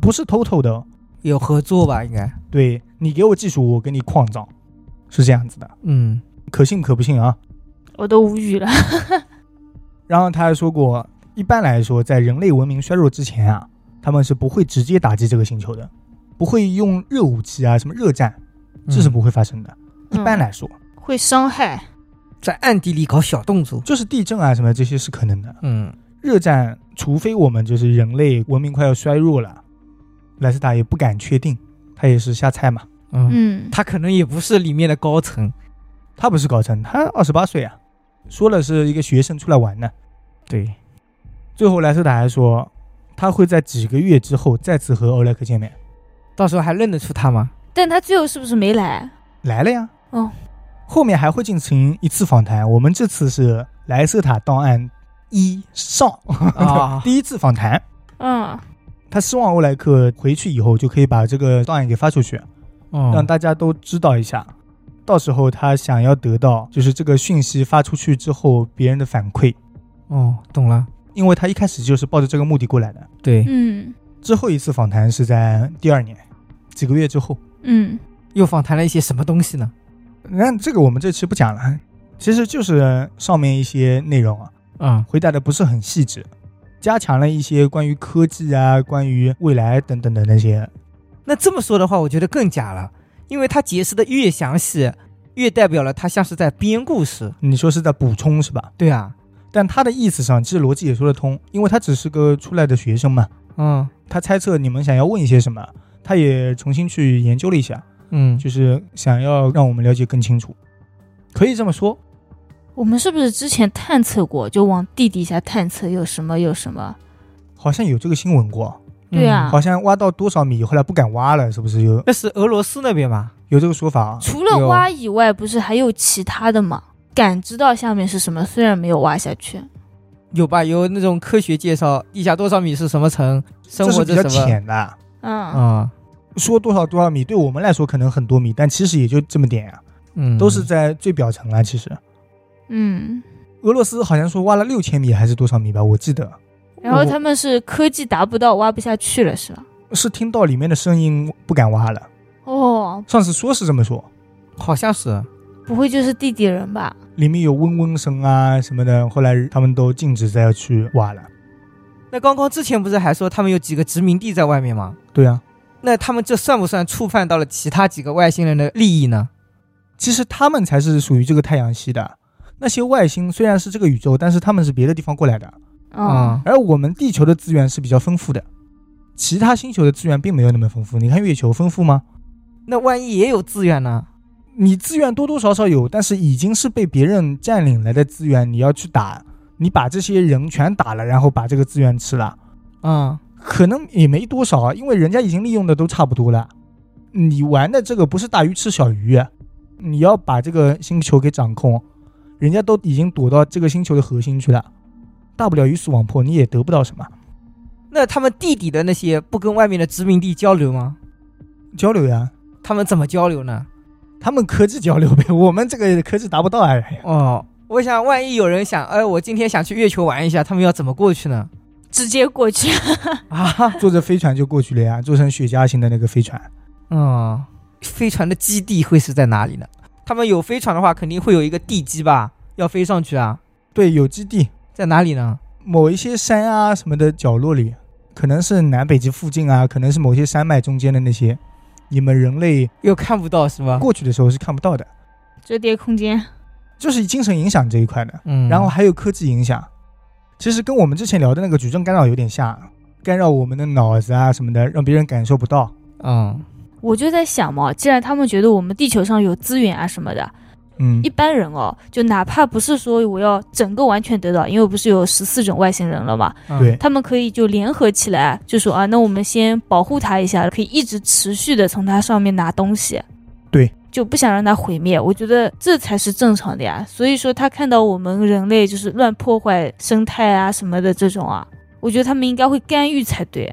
不是偷偷的哦。
有合作吧？应该。
对你给我技术，我给你矿藏，是这样子的，
嗯
可信可不信啊？
我都无语了。
然后他还说过，一般来说，在人类文明衰弱之前啊，他们是不会直
嗯
接打击这个星球的，不会用热武器啊，什么热战，这是不会发生的。一般来说，
嗯会伤害。
在暗地里搞小动作。
就是地震啊什么这些是可能的。
嗯，
热战，除非我们就是人类文明快要衰弱了，莱斯塔也不敢确定，他也是瞎猜嘛。
嗯，
嗯，
他可能也不是里面的高层。
他不是高层，他二十八岁啊，说了是一个学生出来玩呢。
对，
最后莱斯塔还说，他会在几个月之后再次和欧莱克见面。
到时候还认得出他吗？
但他最后是不是没来？
来了呀，
哦，
后面还会进行一次访谈。我们这次是莱斯塔档案一上、
啊
[LAUGHS] 第一次访谈，
嗯，
他希望欧莱克回去以后就可以把这个档案给发出去，让
嗯，
大家都知道一下。到时候他想要得到就是这个讯息发出去之后别人的反馈，
哦，懂了。
因为他一开始就是抱着这个目的过来的。
对，
嗯
之后一次访谈是在第二年，几个月之后。
嗯
又访谈了一些什么东西呢？
那这个我们这期不讲了，其实就是上面一些内容啊，
啊，
回答的不是很细致，加强了一些关于科技啊、关于未来等等的那些。
那这么说的话，我觉得更假了，因为他解释的越详细，越代表了他像是在编故事。
你说是在补充是吧？
对啊，
但他的意思上，其实逻辑也说得通，因为他只是个出来的学生嘛，
嗯
他猜测你们想要问一些什么，他也重新去研究了一下，
嗯，
就是想要让我们了解更清楚，可以这么说。
我们是不是之前探测过？就往地底下探测有什么有什么？
好像有这个新闻过，
对啊
嗯
好像挖到多少米，后来不敢挖了，是不是有
那是俄罗斯那边吧？
有这个说法啊？
除了挖以外，不是还有其他的吗？感知到下面是什么，虽然没有挖下去。
有吧？有那种科学介绍，地下多少米是什么层，生
这是
活
比
着
较
什么
浅的，
嗯
啊？
说多少多少米，对我们来说可能很多米，但其实也就这么点呀、啊
嗯，
都是在最表层了。其实
嗯，
俄罗斯好像说挖了六千米还是多少米吧，我记得
然后他们是科技达不到，挖不下去了，是吧？
是听到里面的声音不敢挖了。
哦，
上次说是这么说，
好像是
不会就是地底人吧？
里面有嗡嗡声啊什么的，后来他们都禁止再去挖了。
那刚刚之前不是还说他们有几个殖民地在外面吗？
对啊，
那他们这算不算触犯到了其他几个外星人的利益呢？
其实他们才是属于这个太阳系的。那些外星虽然是这个宇宙，但是他们是别的地方过来的，
嗯，
而我们地球的资源是比较丰富的，其他星球的资源并没有那么丰富。你看月球丰富吗？
那万一也有资源呢？
你资源多多少少有，但是已经是被别人占领来的资源，你要去打，你把这些人全打了，然后把这个资源吃了，
啊、
可能也没多少啊，因为人家已经利用的都差不多了。你玩的这个不是大鱼吃小鱼，啊你要把这个星球给掌控，人家都已经躲到这个星球的核心去了，大不了鱼死网破，你也得不到什么
那他们地底的那些不跟外面的殖民地交流吗？
交流呀。
他们怎么交流呢？
他们科技交流呗，我们这个科技达不到啊。
哦，我想万一有人想，哎，我今天想去月球玩一下，他们要怎么过去呢？
直接过去。 [LAUGHS]
啊，
坐着飞船就过去了呀，做成雪茄型的那个飞船。
嗯，飞船的基地会是在哪里呢？他们有飞船的话，肯定会有一个地基吧，要飞上去啊，
对，有基地，
在哪里呢？
某一些山啊什么的角落里，可能是南北极附近啊，可能是某些山脉中间的那些，你们人类
又看不到是吧？
过去的时候是看不到的，
折叠空间，
就是精神影响这一块的，
嗯，
然后还有科技影响，其实跟我们之前聊的那个矩阵干扰有点像，干扰我们的脑子啊什么的，让别人感受不到。
嗯，
我就在想嘛，既然他们觉得我们地球上有资源啊什么的，
嗯
一，般人哦，就哪怕不是说我要整个完全得到，因为不是有十四种外星人了嘛，
嗯
对，
他们可以就联合起来，就说啊，那我们先保护它一下，可以一直持续的从它上面拿东西。
对，
就不想让它毁灭，我觉得这才是正常的呀。所以说，他看到我们人类就是乱破坏生态啊什么的这种啊，我觉得他们应该会干预才对。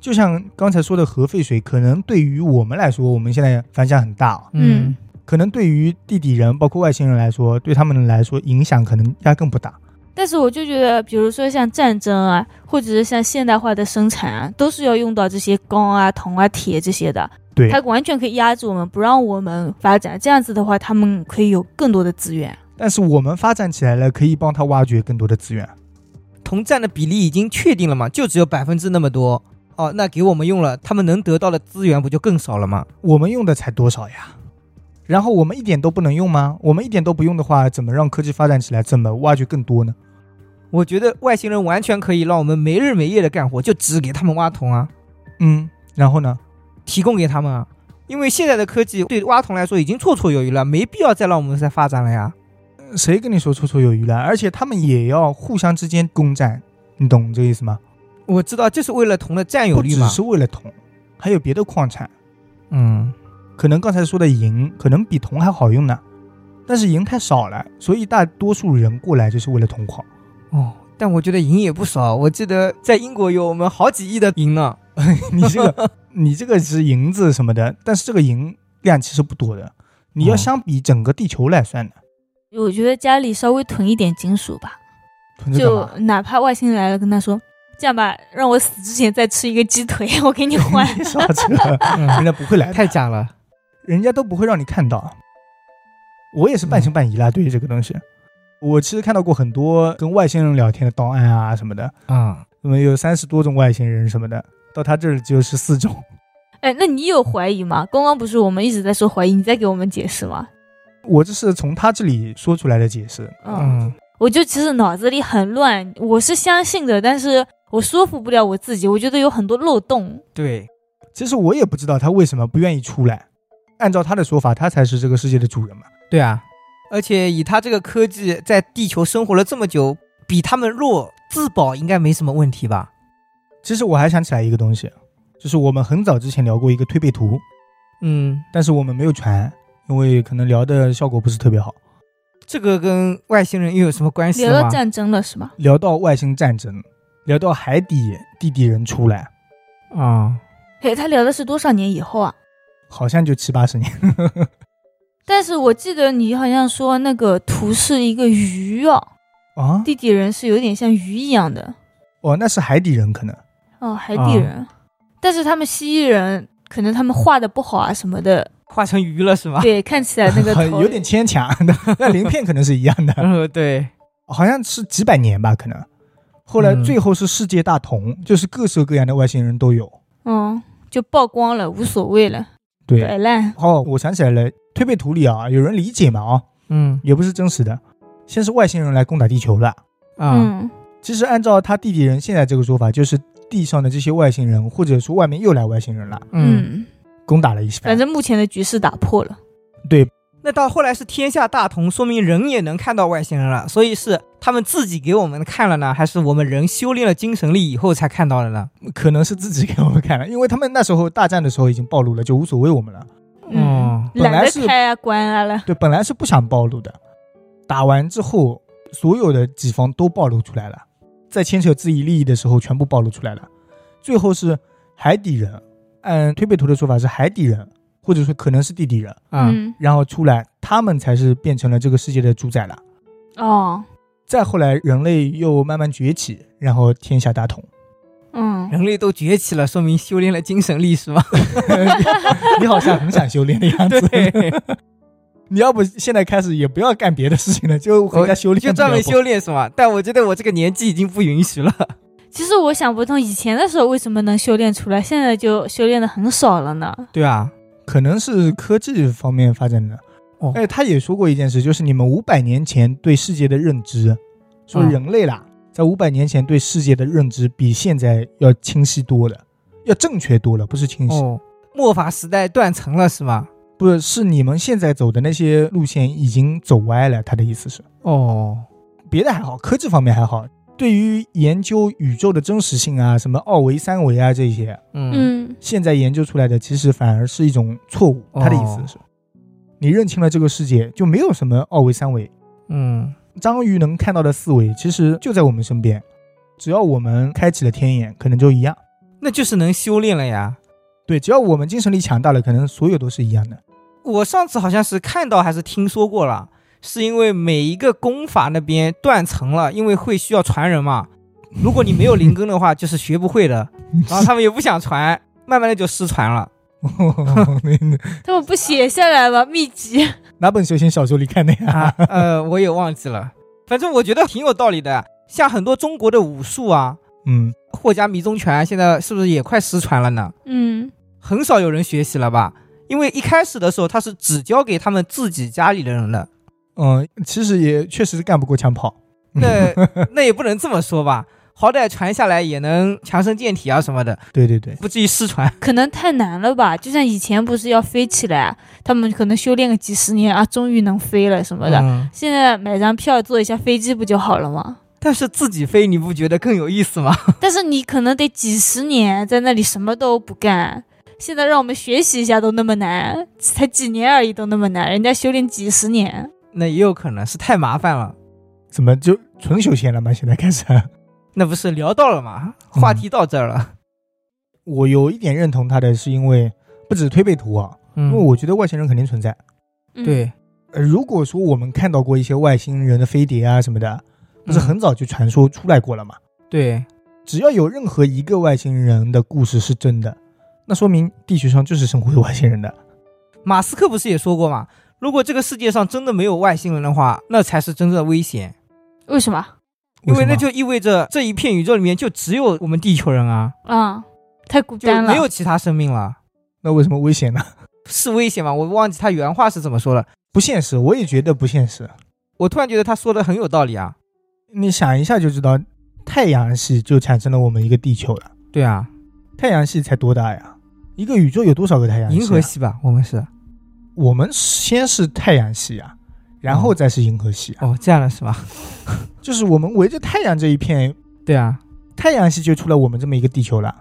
就像刚才说的核废水，可能对于我们来说，我们现在反响很大、啊，
嗯
可能对于地底人，包括外星人来说，对他们来说影响可能压根不大。
但是我就觉得，比如说像战争啊，或者是像现代化的生产啊，都是要用到这些钢啊、铜啊、铁这些的。
对
它完全可以压制我们，不让我们发展。这样子的话，他们可以有更多的资源。
但是我们发展起来了，可以帮他挖掘更多的资源。
同占的比例已经确定了嘛，就只有百分之那么多。哦，那给我们用了，他们能得到的资源不就更少了吗？
我们用的才多少呀？然后我们一点都不能用吗？我们一点都不用的话，怎么让科技发展起来？怎么挖掘更多呢？
我觉得外星人完全可以让我们没日没夜的干活，就只给他们挖铜啊，
嗯，然后呢？
提供给他们啊。因为现在的科技对挖铜来说已经绰绰有余了，没必要再让我们再发展了呀。
谁跟你说绰绰有余了？而且他们也要互相之间攻占，你懂这个意思吗？
我知道，就是为了铜的占有
不
率
只
嘛。
是为了铜，还有别的矿产。
嗯，
可能刚才说的银可能比铜还好用呢，但是银太少了，所以大多数人过来就是为了铜矿。 [LAUGHS]
哦，但我觉得银也不少，我记得在英国有我们好几亿的银呢。
你这
[LAUGHS]
个你这个是银子什么的，但是这个银量其实不多的，你要
哦
相比整个地球来算的。
我觉得家里稍微囤一点金属吧，
囤着
就
干嘛？
哪怕外星人来了，跟他说这样吧，让我死之前再吃一个鸡腿， [LAUGHS] 我给
[LAUGHS]
你换。
你少扯，人家不会 [LAUGHS]
[LAUGHS]
来的，
嗯太假了。
人家都不会让你看到。我也是
嗯
半信半疑啦，对于这个东西，我其实看到过很多跟外星人聊天的档案啊什么的，
啊、
我们有三十多种外星人什么的，到他这里只有十四种。
[LAUGHS] 哎，那你有怀疑吗？刚刚不是我们一直在说怀疑，你在给我们解释吗？
我这是从他这里说出来的解释，
嗯，
嗯，
我就其实脑子里很乱，我是相信的，但是我说服不了我自己，我觉得有很多漏洞。
对，
其实我也不知道他为什么不愿意出来。按照他的说法，他才是这个世界的主人嘛。
对啊。而且以他这个科技，在地球生活了这么久，比他们弱，自保应该没什么问题吧？
其实我还想起来一个东西，就是我们很早之前聊过一个推背图，
嗯，
但是我们没有传，因为可能聊的效果不是特别好。
这个跟外星人又有什么关系
聊到
吗？
战争了是吧？
聊到外星战争，聊到海底地底人出来，
啊、
哎，他聊的是多少年以后啊？
好像就七八十年。 [LAUGHS]
但是我记得你好像说那个图是一个鱼哦，
啊，
地底人是有点像鱼一样的
哦，那是海底人可能。
哦，海
啊
底人。但是他们蜥蜴人可能他们画的不好啊什么的，
化成鱼
[LAUGHS]
了是吗？
对，看起来
[LAUGHS]
那个头
有点牵强的，那鳞片可能是一样的，
嗯， [LAUGHS] 对，
好像是几百年吧，可能。后来
嗯
最后是世界大同，就是各色各样的外星人都有。
嗯就曝光了，无所谓了，
对
摆烂。
哦，我想起来了，推背图里啊，有人理解嘛啊、
嗯
也不是真实的。先是外星人来攻打地球了，
啊，
嗯，
其实按照他地底人现在这个说法，就是地上的这些外星人，或者说外面又来外星人了，
嗯，
攻打了一番。
反正目前的局势打破了。
对，
那到后来是天下大同，说明人也能看到外星人了。所以是他们自己给我们看了呢，还是我们人修炼了精神力以后才看到了呢？
可能是自己给我们看了，因为他们那时候大战的时候已经暴露了，就无所谓我们了。
嗯
哦，
本来
懒
是
得开啊关啊了。
对，本来是不想暴露的，打完之后，所有的己方都暴露出来了，在牵扯自己利益的时候，全部暴露出来了。最后是海底人，按推背图的说法是海底人，或者说可能是地底人，
啊、
嗯，
然后出来，他们才是变成了这个世界的主宰了。
哦，
再后来，人类又慢慢崛起，然后天下大
[LAUGHS]
同。
嗯，
哎
人类都崛起了，说明修炼了精神力是吧？
你好像很想修炼的样子。
[LAUGHS] 对，
[LAUGHS] 你要不现在开始也不要干别的事情了，就回家修炼比较
[LAUGHS] 就
好，
专门修炼是吧？但我觉得我这个年纪已经不允许了。
其实我想不通，以前的时候为什么能修炼出来，现在就修炼的很少了
嗯
呢？
[LAUGHS] 对啊，
可能是科技方面发展的。
哦
哎，他也说过一件事，就是你们五百年前对世界的认知，说人类啦，
嗯
在五百年前对世界的认知比现在要清晰多了，要正确多了，不是清晰，
哦，末法时代断层了是吧？
不是是你们现在走的那些路线已经走歪了。他的意思是，
哦，
别的还好，科技方面还好，对于研究宇宙的真实性啊，什么二维、三维啊这些，
嗯
嗯，
现在研究出来的其实反而是一种错误。他的意思是，你认清了这个世界，就没有什么二维、三维。
嗯
章鱼能看到的四维，其实就在我们身边，只要我们开启了天眼，可能就一样。
那就是能修炼了呀。
对，只要我们精神力强大了，可能所有都是一样的。
我上次好像是看到还是听说过了，是因为每一个功法那边断层了，因为会需要传人嘛。如果你没有灵根的话， [LAUGHS] 就是学不会的。然后他们也不想传，慢慢的就失传 [LAUGHS] 了。
他们不写下来吗？秘籍？
哪本修仙小说里看的呀？
呃，我也忘记了，反正我觉得挺有道理的。像很多中国的武术啊，
嗯，
霍家迷踪拳，现在是不是也快失传了呢？
嗯，
很少有人学习了吧？因为一开始的时候他是只交给他们自己家里的人 [LAUGHS] 的，
嗯，其实也确实干不过枪炮。
那那也不能这么说吧，好歹传下来也能强身健体啊什么的，
[LAUGHS] 对对对，
不至于失传。
可能太难了吧？就像以前不是要飞起来，啊他们可能修炼个几十年啊，终于能飞了什么的。
嗯
现在买张票坐一下飞机不就好了吗？ [LAUGHS]
但是自己飞你不觉得更有意思吗？
但是你可能得几十年在那里什么都不干。现在让我们学习一下都那么难，才几年而已都那么难，人家修炼几十年。
那也有可能是太麻烦了。
怎么就纯休闲了吗？现在开始，
那不是聊到了吗？话题到这儿了。
[LAUGHS] 我有一点认同他的，是因为不止推背图啊，
嗯
因为我觉得外星人肯定存在。
嗯、，
对，
呃，如果说我们看到过一些外星人的飞碟啊什么的，不是很早就传说出来过了吗？
对，
只要有任何一个外星人的故事是真的，那说明地球上就是生活着外星人的。
马斯克不是也说过吗？如果这个世界上真的没有外星人的话，那才是真正的危险，
为什么？
因为
什么
那就意味着这一片宇宙里面就只有我们地球人啊，
啊、太孤
就
单了。
没有其他生命了，
那为什么危险呢？ [LAUGHS]
是危险吗？我忘记他原话是怎么说了。
不现实，我也觉得不现实。
我突然觉得他说的很有道理啊。
你想一下就知道，太阳系就产生了我们一个地球了。
对啊，
太阳系才多大呀？一个宇宙有多少个太阳系、啊？
银河，系吧，我们是
我们先是太阳系啊，然后再是银河系啊，
哦，这样了是吧？
就是我们围着太阳这一片，
对啊，
太阳系就出了我们这么一个地球了。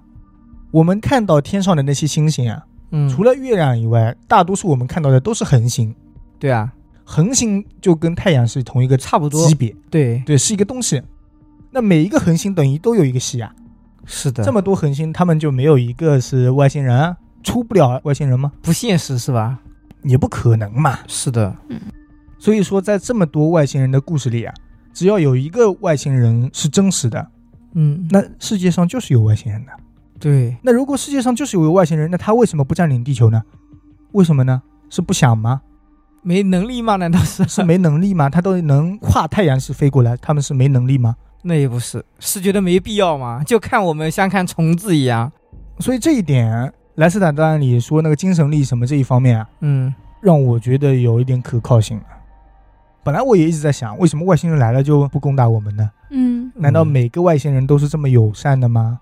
我们看到天上的那些星星啊，
嗯，
除了月亮以外，大多数我们看到的都是恒星。
对啊，
恒星就跟太阳是同一个
差不多
级，别，
对，
对，是一个东西。那每一个恒星等于都有一个系啊，
是的，
这么多恒星，他们就没有一个是外星人啊，出不了外星人吗？
不现实是吧？
也不可能嘛。
是的，
所以说，在这么多外星人的故事里啊，只要有一个外星人是真实的，
嗯，
那世界上就是有外星人的。
对，
那如果世界上就是有外星人，那他为什么不占领地球呢？为什么呢？是不想吗？
没能力吗？难道是？ [LAUGHS]
是没能力吗？他都能跨太阳系飞过来，他们是没能力吗？
那也不是，是觉得没必要吗？就看我们像看虫子一样。
所以这一点，莱斯坦档案里说那个精神力什么这一方面啊，
嗯，
让我觉得有一点可靠性了。啊本来我也一直在想，为什么外星人来了就不攻打我们呢？
嗯，
难道
嗯
每个外星人都是这么友善的吗？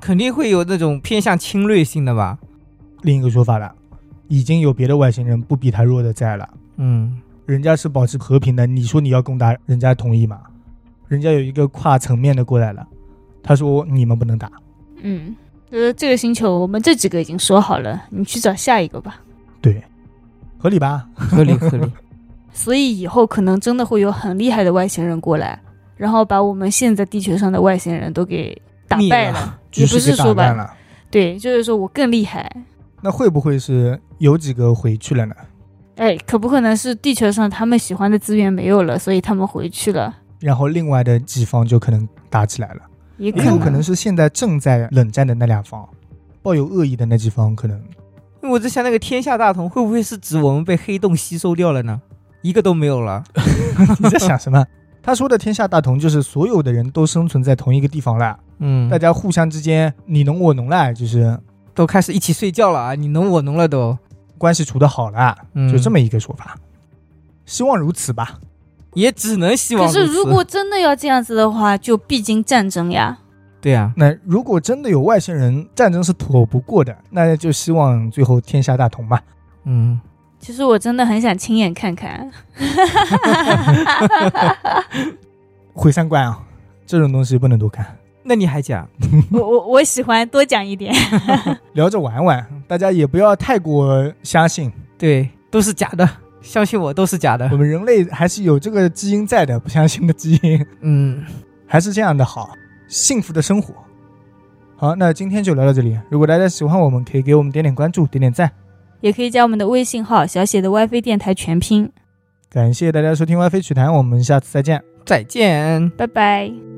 肯定会有那种偏向侵略性的吧？
另一个说法了，已经有别的外星人不比他弱的在了， [LAUGHS]
嗯，
人家是保持和平的，你说你要攻打，人家同意吗？人家有一个跨层面的过来了，他说你们不能打。
嗯，就是这个星球，我们这几个已经说好了，你去找下一个吧。
对，合理吧？
合理合理。
所以以后可能真的会有很厉害的外星人过来，然后把我们现在地球上的外星人都给打败
灭
了。
了，
局势
不是
给打
说吧
乱了。
对，就是说我更厉害。
那会不会是有几个回去了呢？
哎，可不可能是地球上他们喜欢的资源没有了，所以他们回去了？
然后另外的几方就可能打起来了，
也可
也有可能是现在正在冷战的那两方，抱有恶意的那几方可能
因为我在想那个天下大同会不会是指我们被黑洞吸收掉了呢？一个都没有了。
呃你在想什
[LAUGHS]
么？他说的天下大同就是所有的人都生存在同一个地方了，
嗯，
大
大家
家互相之间你侬我侬了，就是
都开始一起睡觉了啊！你侬我侬了都，
关系处得好了，
嗯
就这么一个说法。希望如此吧。
也只能希望
可
如
是
此。
如果真的要这样子的话，就必经战争呀。
对啊，
那如果真的有外星人，战争是躲不过的，那就希望最后天下大同吧。
嗯，
其实我真的很想亲眼看看。 [LAUGHS]
毁三观啊，这种东西不能多看。
那你还讲？
我我我喜欢多讲一点。 [LAUGHS]
聊着玩玩，大家也不要太过相
[LAUGHS]
信，
对，都是假的，相信我，都是假的
我。们人类还是有这个基因在的，不相信的基因 [LAUGHS]
嗯，
还是这样的好，幸福的生活。好，那今天就聊到这里。如果大家喜欢我们，可以给我们点点关注，点点赞。
也可以加我们的微信号小写的 WiFi 电台全拼，
感谢大家收听《歪飞曲坛》，我们下次再见。
再见。
拜拜。